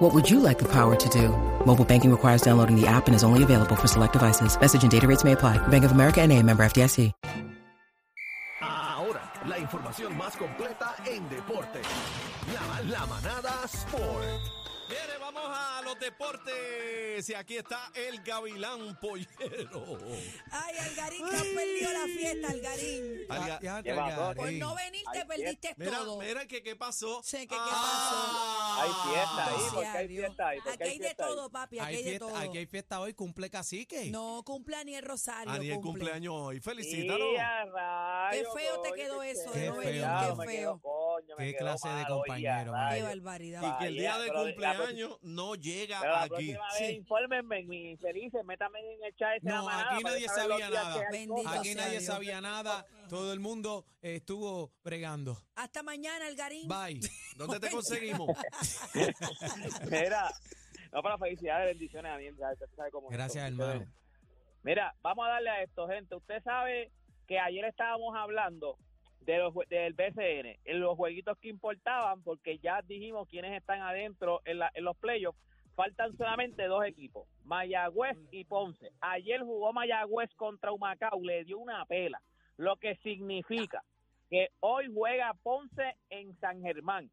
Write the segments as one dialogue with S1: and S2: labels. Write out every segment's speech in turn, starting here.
S1: What would you like the power to do? Mobile banking requires downloading the app and is only available for select devices. Message and data rates may apply. Bank of America and a member FDIC.
S2: Ahora, la información más completa en deporte. La, la manada Sport.
S3: Viene, vamos a los deportes. Y aquí está el Gavilán Pollero.
S4: Ay, Algarín, que has perdido la fiesta, Algarín.
S3: Alga-
S5: ¿Qué pasó?
S4: Por Pues no venir te
S5: Ay,
S4: perdiste
S3: mira,
S4: todo.
S3: mira que qué pasó.
S4: Sé que qué
S3: Ah,
S5: Hay fiesta ahí,
S4: Gracias
S5: ¿por qué
S4: a
S5: hay
S4: Dios.
S5: fiesta ahí? ¿Por
S4: Aquí
S5: qué hay
S4: hay de
S5: fiesta ahí?
S4: todo, papi, aquí
S6: Hay
S4: hay de
S6: fiesta,
S4: todo.
S6: aquí hay fiesta hoy, cumple cacique.
S4: No cumple a Aniel Rosario.
S3: Aniel
S4: cumple.
S3: cumpleaños hoy.
S5: Sí,
S3: Felicítalo.
S5: a rayos,
S4: Qué feo te
S5: coño,
S4: quedó
S5: qué
S4: eso,
S6: de
S5: feo,
S6: no venir,
S5: cuidado,
S6: qué
S5: me
S4: feo.
S5: quedó, coño, me
S6: Qué
S5: quedó
S6: clase de
S5: mal hoy, a
S6: compañero, man.
S4: Qué
S5: rayos.
S4: barbaridad.
S3: Y que el día de
S5: Pero la- la-
S3: cumpleaños no llega
S5: Pero la
S3: aquí.
S5: próxima vez,
S4: Sí.
S5: infórmenme, mis infelices, métame en el chat ese de la
S6: No,
S5: manada
S6: aquí
S5: para
S6: nadie
S5: saber los
S6: sabía
S5: días
S6: nada.
S5: que hay
S4: Bendito
S5: cosas.
S6: Aquí
S4: sea
S6: nadie
S4: Dios.
S6: sabía nada, todo el mundo eh, estuvo bregando.
S4: Hasta mañana, Algarín.
S6: Bye.
S3: ¿Dónde te conseguimos?
S5: Mira, no, para felicidades, bendiciones a mí, ya, usted sabe cómo es
S6: Gracias,
S5: esto.
S6: hermano.
S5: Mira, vamos a darle a esto, gente. Usted sabe que ayer estábamos hablando de los, jue- del BCN, en los jueguitos que importaban, porque ya dijimos quiénes están adentro en, la- en los playoffs. Faltan solamente dos equipos, Mayagüez y Ponce. Ayer jugó Mayagüez contra Humacao, le dio una pela, lo que significa que hoy juega Ponce en San Germán.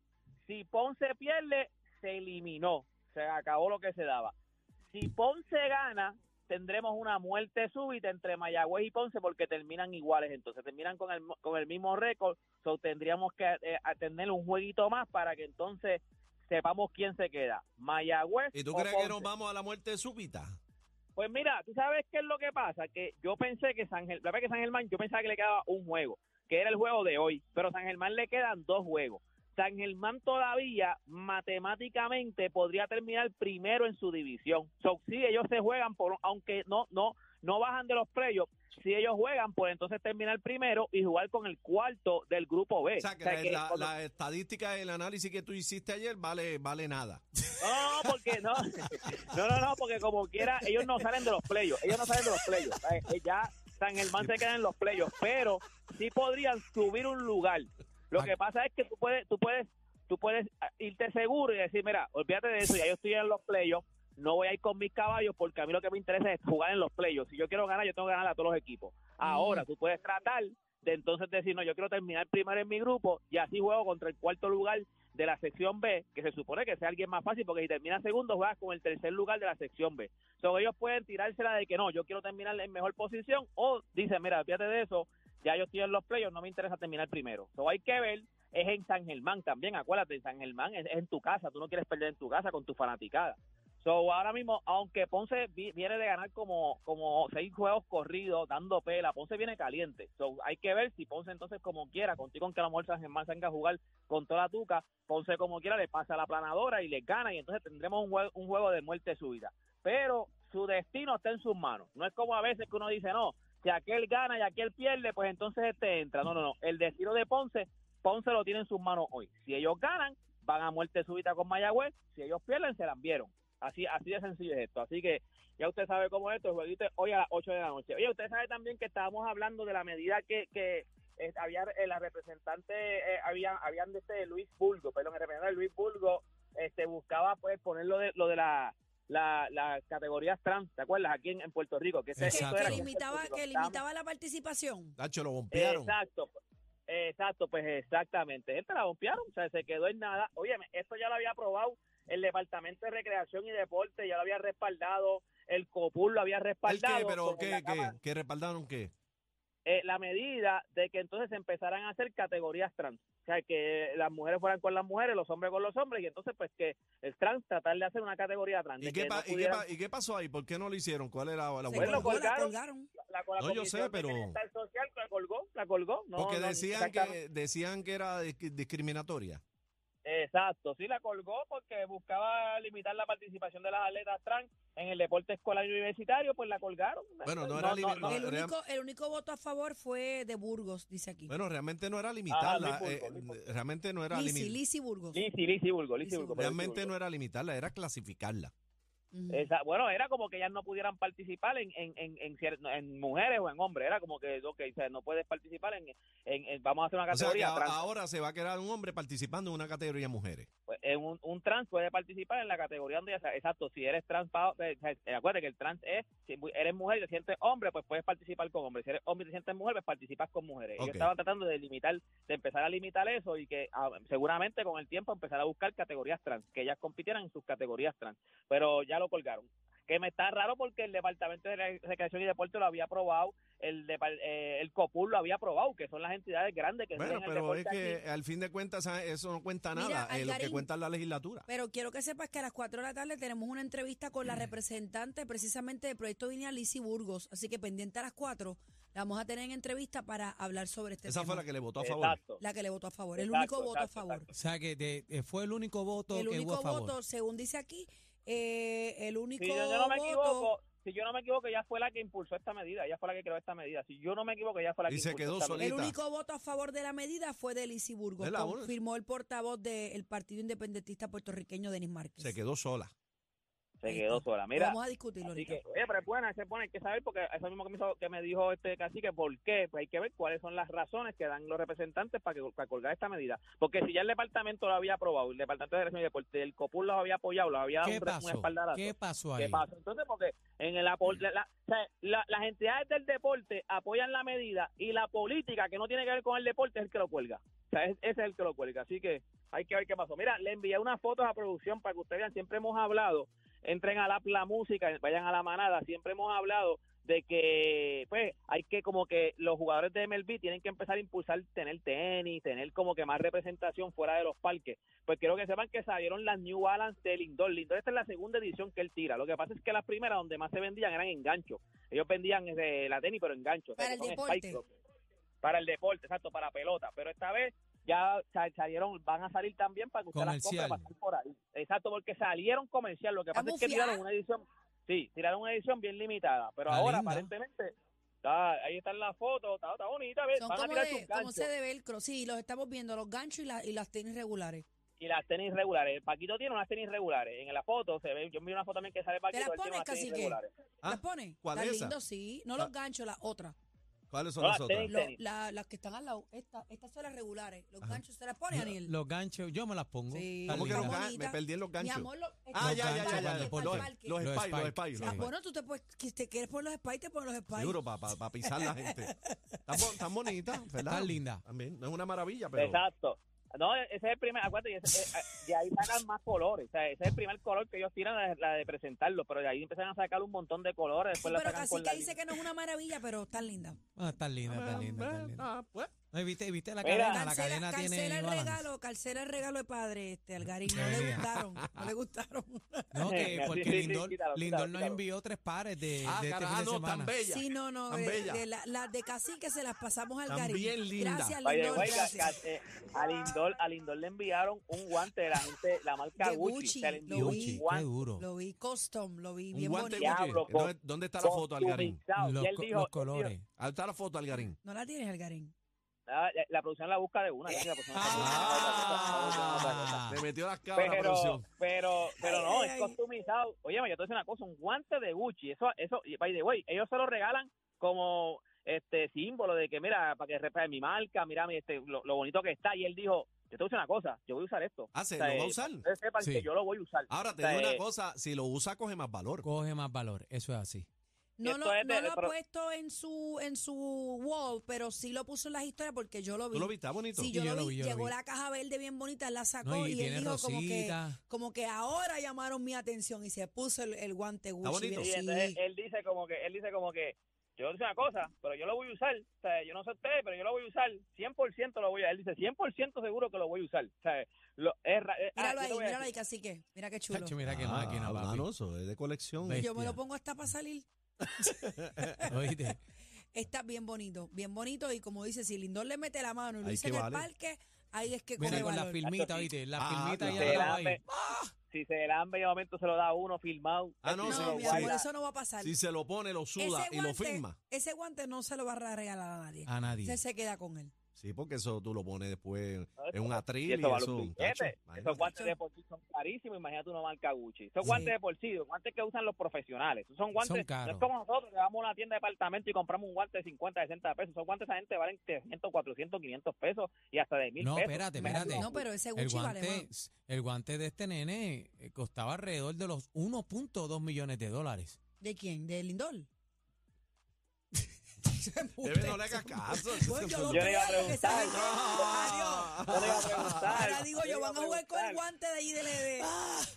S5: Si Ponce pierde, se eliminó, se acabó lo que se daba. Si Ponce gana, tendremos una muerte súbita entre Mayagüez y Ponce porque terminan iguales, entonces terminan con el, con el mismo récord, so tendríamos que eh, a tener un jueguito más para que entonces sepamos quién se queda, Mayagüez
S3: ¿Y tú
S5: o
S3: crees que nos
S5: Ponce.
S3: vamos a la muerte súbita?
S5: Pues mira, tú sabes qué es lo que pasa, que yo pensé que San Germán, la verdad que San Germán, yo pensaba que le quedaba un juego, que era el juego de hoy, pero San Germán le quedan dos juegos. San Germán todavía matemáticamente podría terminar primero en su división. So, si ellos se juegan por, aunque no, no, no bajan de los playoffs, si ellos juegan, pues entonces terminar primero y jugar con el cuarto del grupo B.
S3: O sea, que,
S5: O sea,
S3: la,
S5: que
S3: la-
S5: cuando-
S3: la estadística del análisis que tú hiciste ayer vale, vale nada.
S5: No, no, no, porque no. No, no, no, porque como quiera, ellos no salen de los playos. Ellos no salen de los playos. Eh, eh, Ya San Germán se queda en los playos, pero sí podrían subir un lugar. Lo que pasa es que tú puedes, tú puedes, tú puedes ah, irte seguro y decir, mira, olvídate de eso, ya yo estoy en los playos, no voy a ir con mis caballos porque a mí lo que me interesa es jugar en los playos. Si yo quiero ganar, yo tengo que ganar a todos los equipos. Ahora, tú puedes tratar de entonces decir, no, yo quiero terminar primero en mi grupo y así juego contra el cuarto lugar de la sección B, que se supone que sea alguien más fácil, porque si termina segundo, juegas con el tercer lugar de la sección B. So, ellos pueden tirársela de que no, yo quiero terminar en mejor posición, o dicen, mira, fíjate de eso, ya yo estoy en los playoffs, no me interesa terminar primero. So, hay que ver, es en San Germán también, acuérdate, en San Germán es, es en tu casa, tú no quieres perder en tu casa con tu fanaticada. So, ahora mismo, aunque Ponce vi- viene de ganar como, como seis juegos corridos, dando pela, Ponce viene caliente. So, hay que ver si Ponce entonces como quiera, contigo con que a lo mejor San Germán salga a jugar con toda la tuca, Ponce como quiera le pasa a la planadora y le gana y entonces tendremos un juego, un juego de muerte súbita. Pero su destino está en sus manos. No es como a veces que uno dice, no, si aquel gana y aquel pierde, pues entonces este entra. No, no, no. El destino de Ponce, Ponce lo tiene en sus manos hoy. Si ellos ganan, van a muerte súbita con Mayagüez. Si ellos pierden, se la vieron. Así, así de sencillo es esto. Así que ya usted sabe cómo es esto. El jueguito es hoy a las 8 de la noche. Oye, usted sabe también que estábamos hablando de la medida que, que eh, había eh, la representante, eh, había, habían de este Luis Bulgo, perdón, el representante Luis Bulgo este, buscaba pues poner lo de, lo de la, la, la categoría trans, ¿te acuerdas? Aquí en, en Puerto Rico. Que ese-
S4: Que,
S6: Exacto.
S4: que
S5: era aquí en
S4: limitaba,
S5: Puerto Rico.
S4: que limitaba la participación.
S3: Nacho, lo bompearon.
S5: Exacto, pues, exacto, pues exactamente. Gente la bompearon, o sea, se quedó en nada. Óyeme, esto ya lo había aprobado el Departamento de Recreación y Deporte, ya lo había respaldado, el COPUL lo había
S3: ¿El
S5: respaldado.
S3: qué? ¿Pero
S5: como la
S3: qué?
S5: Cámara-
S3: ¿Qué? ¿Qué respaldaron qué?
S5: eh, la medida de que entonces se empezaran a hacer categorías trans. O sea, que las mujeres fueran con las mujeres, los hombres con los hombres, y entonces pues que el trans tratar de hacer una categoría trans.
S3: ¿Y
S5: de
S3: qué,
S5: que no
S3: pa- y qué
S5: pudieran- pues,
S3: pa- y qué pasó ahí? ¿Por qué no lo hicieron? ¿Cuál era la
S4: Se
S3: vuelta?
S5: Bueno,
S4: colgó, la
S5: colgaron.
S4: colgaron.
S5: la- con la
S3: No, yo
S5: Comisión
S3: sé, pero-
S5: de Bienestar Social la colgó, la colgó. No,
S3: Porque
S5: no,
S3: decían
S5: exactamente.
S3: que decían que era dis- discriminatoria.
S5: Exacto, sí la colgó porque buscaba limitar la participación de las atletas trans en el deporte escolar y universitario, pues la colgaron.
S3: Bueno, no era libre- no,
S4: el,
S3: real-
S4: único, el único voto a favor fue de Burgos, dice aquí.
S3: Bueno, realmente no era limitarla.
S5: Ah, Luis Burgos,
S3: eh,
S5: Luis Burgos.
S3: realmente no era
S4: Lisi,
S3: limitarla.
S4: Lisi Burgos.
S5: Lisi, Lisi Burgo, Lisi
S4: Lisi
S5: Burgo.
S4: Burgo.
S5: perdón,
S3: Realmente
S5: Lisi
S3: no
S5: Burgo.
S3: era limitarla, era clasificarla.
S4: Ujú.
S5: Esa- bueno, era como que ellas no pudieran participar en, en, en, en, cier- en mujeres o en hombres. Era como que, ok, o sea, no puedes participar en, en, en- vamos a hacer una
S3: O sea que
S5: categoría
S3: a-
S5: trans.
S3: ahora se va a quedar un hombre participando en una categoría mujeres.
S5: Pues, en un, un trans puede participar en la categoría donde ya sea. Exacto, si eres trans, pa- eh, eh, acuérdate que el trans es, si mu- eres mujer y te sientes hombre, pues puedes participar con hombres. Si eres hombre y te sientes mujer, pues participas con mujeres.
S3: Ok.
S5: Ellos estaban tratando de limitar, de empezar a limitar eso y que ah, seguramente con el tiempo empezar a buscar categorías trans, que ellas compitieran en sus categorías trans. Pero ya lo colgaron. Que me está raro porque el Departamento de Re- Recreación y Deporte lo había aprobado, el, depar- eh, el COPUR lo había aprobado, que son las entidades grandes que
S3: Bueno,
S5: rigen el
S3: pero es
S5: deporte aquí.
S3: que al fin de cuentas ¿sabes? eso no cuenta
S4: Mira,
S3: nada. eh, lo que
S4: Algarín.
S3: cuenta es la legislatura.
S4: Pero quiero que sepas que a las 4 de la tarde tenemos una entrevista con la
S6: Mm.
S4: representante precisamente del proyecto Viña Lisi Burgos. Así que pendiente a las 4 la vamos a tener en entrevista para hablar sobre este
S3: Esa
S4: tema.
S3: fue la que le votó a favor.
S5: Exacto.
S4: La que le votó a favor, el
S5: Exacto,
S4: único voto a
S5: exacto,
S4: favor.
S5: exacto.
S6: O sea, que te- eh, fue el único voto
S4: El
S6: que hubo
S4: único
S6: a favor.
S4: voto, según dice aquí, eh, el único
S5: Si yo no me
S4: voto.
S5: equivoco, si yo no me equivoco, ella fue la que impulsó esta medida, ella fue la que creó esta medida. Si yo no me equivoco, ella fue la
S3: Y
S5: que
S3: se
S5: impulsó
S3: quedó
S5: esta
S3: solita.
S5: medida.
S4: El único voto a favor de la medida fue de Lisi Burgos,
S3: Es la única.
S4: confirmó el portavoz del Partido Independentista Puertorriqueño, Denis Márquez.
S3: Se quedó sola.
S5: Se quedó sola. Mira,
S4: Vamos a discutirlo
S5: así
S4: ahorita.
S5: que, oye, pero es buena, es buena, hay que saber porque eso mismo que me, hizo- que me dijo este cacique, ¿por qué? Pues hay que ver cuáles son las razones que dan los representantes para, que, para colgar esta medida. Porque si ya el departamento lo había aprobado, el departamento de Recreación y Deporte, el COPUL los había apoyado, los había dado
S6: ¿Qué
S5: un, re- un
S6: pasó?
S5: espaldarazo.
S6: ¿Qué pasó
S5: ¿Qué
S6: ahí?
S5: pasa? Entonces, porque en el apor- la- la- o sea, la- las entidades del deporte apoyan la medida y la política que no tiene que ver con el deporte es el que lo cuelga. O sea, es- ese es el que lo cuelga. Así que hay que ver qué pasó. Mira, le envié unas fotos a producción para que ustedes vean. Siempre hemos hablado, entren a la, la música, vayan a la manada. Siempre hemos hablado de que, pues, hay que como que los jugadores de MLB tienen que empezar a impulsar tener tenis, tener como que más representación fuera de los parques pues quiero que sepan que salieron las New Balance de Lindor. Lindor, esta es la segunda edición que él tira. Lo que pasa es que las primeras donde más se vendían eran en gancho. Ellos vendían eh, la tenis, pero en gancho.
S4: Para el
S5: son
S4: deporte.
S5: spikes, creo que. para el deporte, exacto, para pelota. Pero esta vez ya sa- salieron, van a salir también para que usted las compre
S6: Comercial.
S5: para estar por ahí. Exacto, porque salieron comercial. Lo que
S4: ¿Está
S5: pasa es que
S4: bufiada?
S5: tiraron una edición, sí, tiraron una edición bien limitada. Pero
S6: Está
S5: ahora,
S6: linda.
S5: aparentemente, está, ahí están las fotos, está, está bonita. ¿ves?
S4: Son
S5: Van a
S4: como,
S5: tirar sus
S4: de, como
S5: ganchos.
S4: se de velcro, sí, los estamos viendo, los ganchos y, la- y las tenis regulares.
S5: y las tenis regulares. El Paquito tiene unas tenis regulares. En la foto se ve, yo vi una foto también que sale Paquito,
S4: las
S5: él
S4: pones,
S5: tiene unas tenis
S4: cacique?
S5: regulares.
S3: Ah,
S4: ¿Las pones?
S3: ¿cuál
S4: Están
S3: es esa?
S4: lindos, sí. No
S3: Ah.
S4: los ganchos, las otras.
S3: ¿Cuáles son
S5: No,
S3: las
S5: las
S3: otras?
S5: tenis.
S4: Lo- la- las que están al lado. Estas, estas son las regulares. Los
S6: Ajá.
S4: ganchos se las pone, Aniel.
S6: Los ganchos, yo me las pongo.
S4: Sí.
S6: Están
S3: ¿Cómo que
S4: Está
S3: los
S6: lindas.
S3: gan-
S4: bonita.
S3: Me perdí en los
S4: Mi
S3: ganchos.
S4: amor, los,
S3: ah,
S6: Los
S3: ya, ya, ya,
S6: ganchos
S3: ya.
S6: para el
S3: Los,
S6: deporte.
S3: los
S6: Los
S3: spikes, los
S6: spikes.
S3: spikes.
S4: Ah,
S3: los
S4: bueno, tú te, puedes, que te quieres poner los spikes, te pones los spikes.
S3: Seguro, para pisar la gente. Tan, bo- tan bonita, ¿verdad?
S6: Tan linda.
S3: También, no es una maravilla, pero...
S5: Exacto. No, e, ese es el primer, acuérdate, y ese- eh, eh, de ahí sacan más colores. O sea, ese es el primer color que ellos tiran, la, la de presentarlo, pero de ahí empiezan a sacar un montón de colores.
S4: Sí,
S5: Después la
S4: pero
S5: sacan con
S4: Cacique
S5: la
S4: dice que no es una maravilla, pero están lindas.
S6: Ah, están lindas,
S3: Ah,
S6: están lindas, están lindas.
S3: ah, pues.
S6: No, y ¿Viste, viste la
S5: Mira.
S6: cadena? La cadena
S4: Cancela,
S6: tiene
S4: cancela el
S6: New Balance.
S4: regalo, cancela el regalo de padre, este Algarín. No
S6: Debería.
S4: le gustaron, no le gustaron.
S6: No, que
S5: Sí,
S6: porque
S5: sí, sí, quítalo,
S6: Lindor,
S5: quítalo,
S6: Lindor nos
S5: quítalo.
S6: envió tres pares de,
S3: Ah,
S6: de este
S3: carajo,
S6: fin de
S3: no,
S6: semana.
S3: tan bella.
S4: Sí, no, no, eh,
S3: Tan
S4: de,
S3: bella.
S4: de la- las de cacique se las pasamos al
S3: Tan
S4: Algarín.
S3: bien linda.
S4: Gracias,
S5: By the
S4: Lindor,
S5: way,
S4: gracias.
S5: ca- ca- eh, a Lindor, a Lindor le enviaron un guante de la gente, la marca
S4: De
S5: Gucci.
S4: Gucci,
S5: o sea, le
S4: lo
S5: envió un
S4: vi.
S6: Gucci, qué
S5: guante.
S6: duro.
S4: Lo vi custom, lo vi
S3: Un
S4: bien
S3: guante
S4: bonito.
S5: bonito.
S3: Gucci.
S5: Diablo,
S3: ¿Dónde- ¿Dónde está la foto, Algarín?
S5: Customizado.
S6: Los,
S5: Y él
S6: co-
S5: dijo-
S6: los
S5: él dijo,
S6: colores.
S3: Ahí está la foto, Algarín.
S4: ¿No la tienes, Algarín?
S5: Ah, la, la producción la busca de una.
S4: Ah.
S5: la producción la busca de una, la producción la busca de una.
S3: Ah, le metió las cabras a la
S5: pero,
S3: producción.
S5: pero, pero
S4: Ay,
S5: no,
S4: ay,
S5: es
S4: ay.
S5: customizado. Oye, yo te voy a decir una cosa, un guante de Gucci, eso, eso, y by the way, ellos se lo regalan como este símbolo de que mira, para que respete mi marca, mira mi, este, lo, lo bonito que está. Y él dijo, yo te voy a decir una cosa, yo voy a usar esto.
S3: Ah, ¿se
S5: O sea,
S3: lo va a
S5: eh,
S3: usar?
S5: para que ustedes sepan
S6: Sí.
S5: que yo lo voy a usar.
S3: Ahora, te
S5: O sea,
S3: digo una
S5: eh,
S3: cosa, si lo usa, coge más valor.
S6: Coge más valor, eso es así.
S4: No,
S5: Esto
S4: lo,
S5: es
S4: no
S5: de-
S4: lo ha
S5: pero-
S4: puesto en su en su wall, pero sí lo puso en las historias porque yo lo vi.
S3: ¿Tú lo viste? ¿Está bonito?
S4: Sí, yo,
S6: Yo
S4: lo,
S6: lo
S4: vi.
S6: vi, yo lo
S4: Llegó
S6: vi.
S4: la caja verde bien bonita, la sacó
S6: No,
S4: y,
S6: y
S4: él
S6: tiene
S4: dijo como que
S6: rosita.
S4: como que ahora llamaron mi atención y se puso el, el guante Gucci.
S3: bonito.
S5: Sí,
S4: bien-
S5: entonces eh,
S4: sí.
S5: él dice como que, él dice como que, yo voy a decir una cosa, pero yo lo voy a usar, o sea, yo no sé ustedes, pero yo lo voy a usar, 100% lo voy a, él dice 100% seguro que lo voy a usar, o sea, lo, es, ra- eh, ah,
S4: Míralo
S5: yo
S4: ahí,
S5: te voy a
S4: míralo ahí,
S5: decir.
S4: cacique. Mira qué chulo.
S6: Chacho, mira qué
S3: Ah,
S6: máquina, papi.
S3: mano, eso es de colección.
S6: Ve.
S4: Yo me
S6: bestia.
S4: lo pongo hasta para salir.
S6: Oíste.
S4: Está bien bonito, bien bonito. Y como dice, si Lindor le mete la mano y lo
S3: Ahí
S4: hizo
S3: que
S4: en el
S3: vale.
S4: parque, ahí es que
S6: Viene
S4: coge
S6: con la
S4: valor.
S6: filmita, ¿viste? La
S3: Ah,
S6: filmita
S5: Si
S6: ya
S3: claro.
S5: se
S6: la
S5: la
S6: ahí.
S5: han- Si se la han de momento se lo da a uno filmado.
S3: Ah, no,
S4: No,
S3: sí,
S4: mi
S3: sí.
S4: amor, eso no va a pasar.
S3: Si se lo pone, lo suda
S4: Ese
S3: y lo
S4: guante-
S3: firma.
S4: Ese guante no se lo va a regalar a nadie.
S6: A nadie.
S4: Ese se queda con él.
S3: Sí, porque eso tú lo pones después en un
S5: Y
S3: atril y
S5: eso vale
S3: eso.
S5: un billete.
S3: muchacho, imagínate.
S5: Este, Esos guantes de por sí son carísimos. Imagínate una marca Gucci. Esos
S4: Sí.
S5: guantes de por sí, los guantes que usan los profesionales. Esos son guantes.
S6: Son caros.
S5: No es como nosotros que vamos a una tienda de departamento y compramos un guante de 50, 60 pesos. Esos guantes, esa gente valen 300, 400, 500 pesos y hasta de mil
S6: No,
S5: pesos.
S6: espérate,
S5: Imagínate
S6: espérate.
S5: los
S4: No, pero ese
S6: El
S4: Gucci vale
S6: guante,
S4: más.
S6: el guante de este nene eh, costaba alrededor de los 1.2 millones de dólares.
S4: ¿De quién? ¿De Lindol?
S3: Bebé, no le hagas caso.
S4: Bueno, yo lo
S5: Yo le iba a
S4: creo que saben.
S3: Ah.
S5: Yo le iba a preguntar.
S4: Ahora digo yo,
S5: le iba
S4: van a jugar con el
S5: preguntar.
S4: guante de ahí del ED.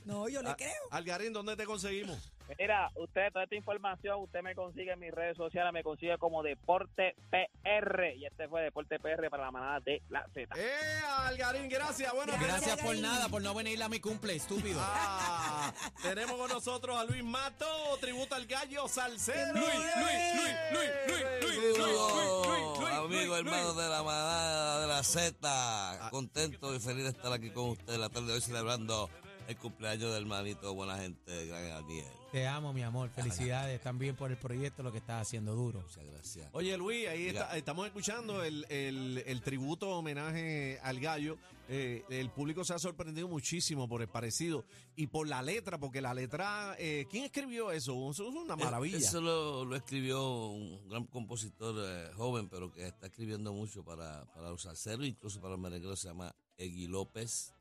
S4: No, yo le creo.
S3: Algarín, ¿dónde te conseguimos?
S5: Mira, usted, toda esta información, usted me consigue en mis redes sociales, me consigue como Deporte PR. Y este fue Deporte PR para la manada de la Z.
S3: ¡Eh, Algarín, gracias! Bueno,
S4: Gracias,
S6: Gracias por
S4: Gaby.
S6: nada, por no venir a mi cumple, estúpido.
S3: Ah, tenemos con nosotros a Luis Mato, tributo al gallo salsero.
S6: Luis, Luis, Luis, Luis, Luis, Luis, Luis,
S7: Saludos,
S6: Luis,
S7: amigos,
S6: Luis, Ah.
S7: hermanos de la manada de la Z. Contento y feliz de estar aquí con ustedes la tarde de hoy celebrando el cumpleaños del hermanito buena gente, gran Daniel.
S6: Te amo, mi amor. Felicidades también por el proyecto, lo que estás haciendo duro.
S7: Muchas gracias.
S3: Oye Luis, ahí está-
S7: Diga.
S3: estamos escuchando el, el- el tributo homenaje al gallo. Eh, el público se ha sorprendido muchísimo por el parecido y por la letra, porque la letra, eh, ¿quién escribió eso? Eso es una maravilla.
S7: Eh, Eso lo, lo escribió un gran compositor eh, joven, pero que está escribiendo mucho para, para los salseros, incluso para los merengueros, se llama Egui López.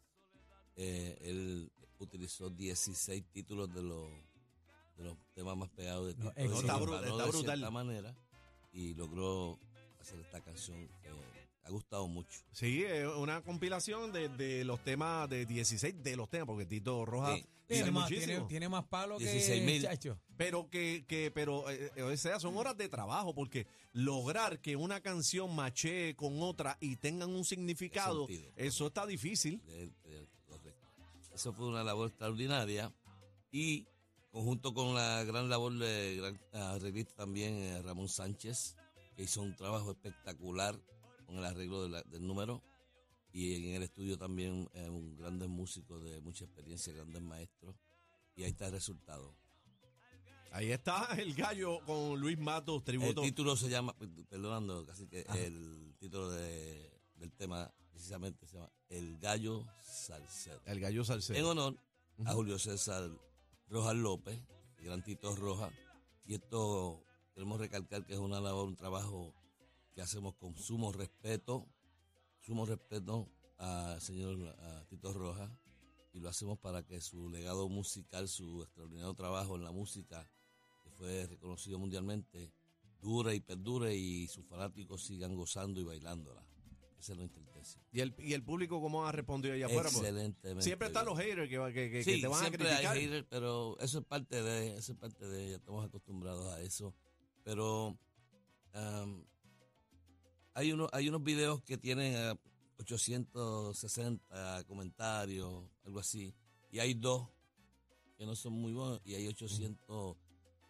S7: Eh, él utilizó 16 títulos de los, de los temas más pegados de
S6: No,
S7: Tito.
S6: Egui
S7: y
S6: López.
S7: se
S6: Está
S3: bru-
S7: preparó
S3: está
S7: de
S3: brutal.
S7: cierta manera y logró hacer esta canción que ha gustado mucho.
S3: Sí, es una compilación de, de los temas, de 16 de los temas, porque Tito Rojas
S7: Sí.
S3: hizo
S6: Tiene más, tiene,
S3: muchísimo.
S6: tiene más palo que
S7: 16.000.
S6: chacho.
S3: Pero que, que pero, eh, eh, o sea, son horas de trabajo, porque lograr que una canción machee con otra y tengan un significado,
S7: Sentido.
S3: eso está difícil.
S7: de- de- correcto. Eso fue una labor extraordinaria y conjunto con la gran labor de gran arreglista también eh, Ramón Sánchez, que hizo un trabajo espectacular con el arreglo de la- del número y en el estudio también eh, un grandes músicos de mucha experiencia, grandes maestros y ahí está el resultado.
S3: Ahí está el gallo con Luis Matos, tributo.
S7: El título se llama, perdonando, casi que el título de- del tema precisamente se llama El Gallo Salsero.
S3: El gallo
S7: en
S3: salsero.
S7: honor a Julio César Rojas López, el gran Tito Rojas. Y esto queremos recalcar que es una labor, un trabajo que hacemos con sumo respeto, sumo respeto al señor a Tito Rojas. Y lo hacemos para que su legado musical, su extraordinario trabajo en la música, que fue reconocido mundialmente, dure y perdure y sus fanáticos sigan gozando y bailándola. Esa es nuestra intención.
S3: Y el, y el público, ¿cómo ha respondido allá afuera? Porque
S7: Excelentemente.
S3: Siempre están
S7: bien.
S3: los haters que, va- que, que- que
S7: Sí,
S3: te van a
S7: siempre
S3: criticar.
S7: hay haters, pero eso es parte de, eso es parte de, ya estamos acostumbrados a eso. Pero am, hay unos, hay unos videos que tienen eh, 860 comentarios, algo así, y hay dos que no son muy buenos y hay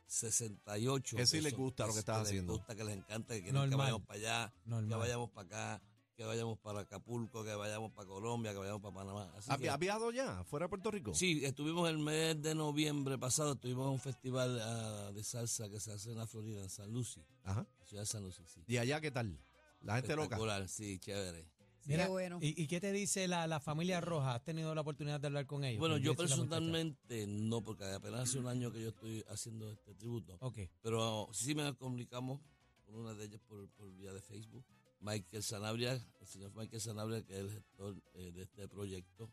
S7: 868
S3: Que sí les
S7: son-
S3: gusta lo que estás
S7: les
S3: haciendo.
S7: gusta, que les encanta, que quieren que
S6: Normal.
S7: vayamos para allá, que
S6: Normal.
S7: vayamos para acá, que vayamos para Acapulco, que vayamos para Colombia, que vayamos para Panamá. Así
S3: ¿Has
S7: que-
S3: has viajado ya, fuera de Puerto Rico?
S7: Sí, estuvimos el mes de noviembre pasado, estuvimos en un festival ah, de salsa que se hace en la Florida, en San Lucy,
S3: Ajá.
S7: ciudad de San Lucy, sí.
S3: ¿Y allá qué tal? La gente loca.
S7: Espectacular, sí, chévere.
S6: Mira,
S4: Qué bueno.
S6: ¿y, y qué te dice la, la familia Roja? ¿Has tenido la oportunidad de hablar con ellos?
S7: Bueno,
S6: Con
S7: yo
S6: pues, Jessy, la muchacha.
S7: personalmente no, porque apenas hace un año que yo estoy haciendo este tributo,
S6: Ok.
S7: pero sí me comunicamos con una de ellas por, por vía de Facebook, Michael Sanabria, el señor Michael Sanabria, que es el gestor eh, de este proyecto,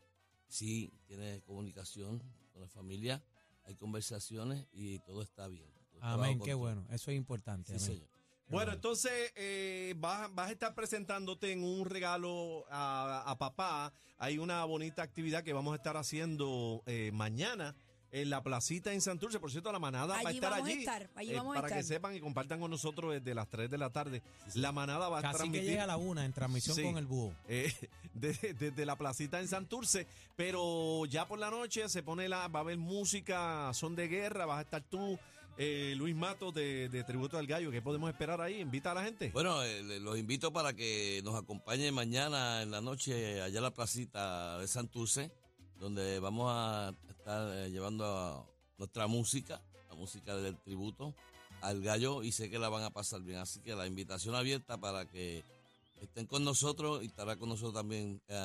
S7: sí tiene comunicación con la familia, hay conversaciones y todo está bien. Todo está
S6: Amén,
S7: bajo
S6: qué
S7: control.
S6: bueno. Eso es importante.
S7: Sí,
S6: amén.
S7: señor.
S3: Bueno, entonces eh, vas, vas a estar presentándote en un regalo a, a papá. Hay una bonita actividad que vamos a estar haciendo eh, mañana en la placita en Santurce. Por cierto, la manada va a
S4: Allí
S3: estar
S4: vamos a
S3: allí. eh,
S4: estar, allí vamos a
S3: para que
S4: estar.
S3: sepan y compartan con nosotros desde las 3 de la tarde. La manada va a
S6: Casi que
S3: transmitir.
S6: llega a la una en transmisión
S3: Sí.
S6: con el búho.
S3: eh, desde, desde la placita en Santurce, pero ya por la noche se pone la, va a haber música, son de guerra, vas a estar tú, eh, Luis Matos de, de Tributo al Gallo. ¿Qué podemos esperar ahí? Invita a la gente.
S7: Bueno, eh, le- los invito para que nos acompañen mañana en la noche allá a la placita de Santurce, donde vamos a estar eh, llevando a nuestra música, la música del tributo al gallo y sé que la van a pasar bien. Así que la invitación abierta para que estén con nosotros y estará con nosotros también eh,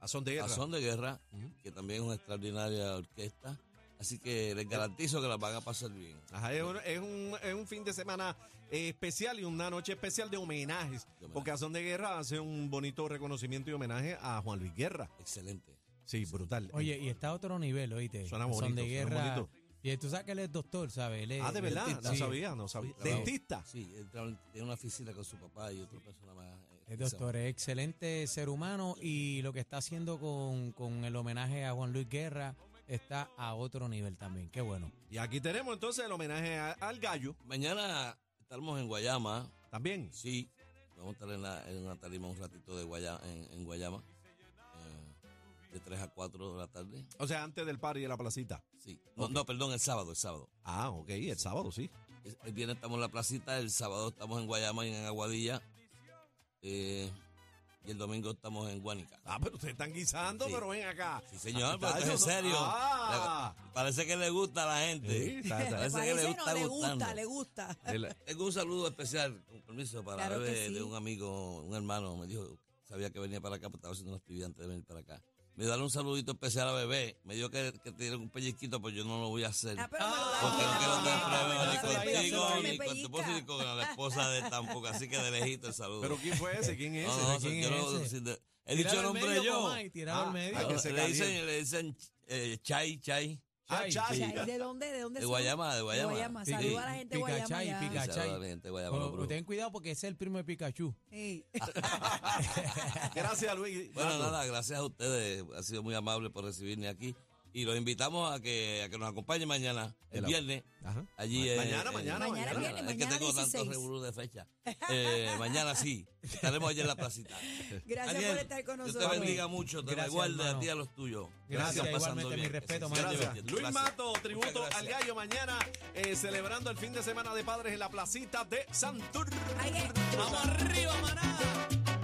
S3: A son de guerra.
S7: Razón de Guerra, que también es una extraordinaria orquesta. Así que les garantizo que la van a pasar bien.
S3: Ajá, es, un, es un- es un fin de semana eh, especial y una noche especial de homenajes.
S7: De homenaje.
S3: Porque Azón de Guerra hace un bonito reconocimiento y homenaje a Juan Luis Guerra.
S7: Excelente.
S3: Sí, brutal.
S6: Oye, y está a otro nivel, oíste.
S3: Suena
S6: Son
S3: bonito, suena
S6: de guerra.
S3: bonito.
S6: Y tú sabes que él es doctor, ¿sabes? Él es-
S3: ah, de verdad,
S6: dentista.
S3: no
S6: Sí,
S3: sabía, no sabía.
S7: Sí, claro.
S3: Dentista.
S7: Sí, él tra- tiene una oficina con su papá y otra persona más. eh,
S6: Es
S7: que se
S6: doctor,
S7: llama-
S6: es excelente ser humano y lo que está haciendo con, con el homenaje a Juan Luis Guerra está a otro nivel también. Qué bueno.
S3: Y aquí tenemos entonces el homenaje a- al gallo
S7: Mañana estaremos en Guayama,
S3: también.
S7: sí. Vamos a estar en, la- en una tarima un ratito de Guaya- en, en Guayama, eh, de 3 a 4 de la tarde.
S3: O sea, antes del party de la placita.
S7: Sí. No,
S3: Ok.
S7: no, perdón, el sábado, el sábado.
S3: Ah, ok, el sábado, sí.
S7: Es- El viernes estamos en la placita, el sábado estamos en Guayama y en Aguadilla. eh, y el domingo estamos en Guanica.
S3: Ah, pero ustedes están guisando,
S7: Sí.
S3: pero ven acá.
S7: Sí, señor, pero
S3: Ah,
S7: esto es en
S3: eso no-
S7: serio.
S3: Ah.
S7: La- Parece que le gusta a la gente.
S3: Sí, está- está-
S7: Parece que le
S4: Parece
S7: gusta
S4: no, le
S7: gustando.
S4: gusta, le gusta.
S3: El-
S7: Tengo un saludo especial, con permiso, para
S4: Claro que
S7: Bebe,
S4: sí.
S7: de un amigo, un hermano, me dijo, sabía que venía para acá, pero estaba haciendo una actividad antes de venir para acá. Me dieron un saludito especial a Bebé, me dijo que, que te dieron un pellizquito, pero yo no lo voy a hacer.
S4: Ah, pero me lo da
S7: Porque no
S4: bien,
S7: quiero tener
S4: me lo
S7: problemas
S4: da
S7: ni
S4: bien, me
S7: contigo,
S4: pellizca, me
S7: ni con tu esposo, ni
S4: pellizca.
S7: con la esposa de él tampoco, así que de lejito el saludo.
S3: Pero ¿quién fue ese? ¿Quién es
S7: no,
S3: ese?
S7: no,
S6: ¿quién
S7: yo
S6: es
S7: no-
S6: ese?
S7: si te- he dicho el
S6: Tirado al
S7: nombre
S6: medio,
S7: yo.
S6: Comay, tirado al
S3: Ah,
S6: medio.
S3: ah, que se
S7: le dicen,
S3: caliente.
S7: le dicen eh, Chay, Chay.
S3: Ah,
S6: Chay.
S3: Chay.
S4: Chay, ¿De dónde? ¿De dónde
S7: De
S4: son?
S7: Guayama, de Guayama.
S6: Sí.
S4: Saluda a la gente de Guayama.
S6: Picachay,
S4: ya.
S6: pica-
S7: Sí, saludo a
S6: Chay.
S7: la gente de Guayama, los
S6: Pero
S7: brujos.
S6: ten cuidado porque ese es el primo de Pikachu.
S4: Sí.
S3: Gracias, Luis.
S7: Bueno,
S3: Mato.
S7: nada, gracias a ustedes. Ha sido muy amable por recibirme aquí. Y los invitamos a que, a que nos acompañen mañana, el
S3: Hola.
S7: viernes.
S3: Ajá.
S7: Allí, eh,
S3: Mañana, mañana,
S7: eh,
S4: Mañana
S3: mañana.
S4: viene.
S7: Es que
S4: mañana
S7: tengo
S4: 16.
S7: tantos revolú de fecha. Eh, mañana sí. Estaremos allí en la placita.
S4: Gracias
S7: Daniel,
S4: por estar con
S7: Dios
S4: nosotros.
S7: te bendiga mucho. Te
S6: Gracias,
S7: la guarde
S6: hermano.
S7: a ti y a los tuyos.
S6: Gracias,
S7: Gracias, pasando
S6: igualmente,
S7: bien.
S6: mi respeto,
S7: Gracias,
S6: maestro.
S7: Gracias.
S3: Luis Mato, tributo
S7: Muchas
S3: al
S7: gracias.
S3: gallo mañana, eh, celebrando el fin de semana de padres en la placita de Santur.
S4: Ay, que-
S3: ¡Vamos arriba, maná!